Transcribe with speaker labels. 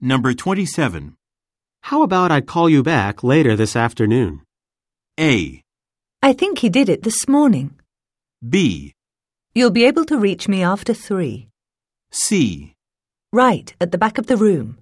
Speaker 1: Number 27.
Speaker 2: How about I call you back later this afternoon?
Speaker 1: A.
Speaker 3: I think he did it this morning.
Speaker 1: B.
Speaker 3: You'll be able to reach me after three.
Speaker 1: C.
Speaker 3: Right, at the back of the room.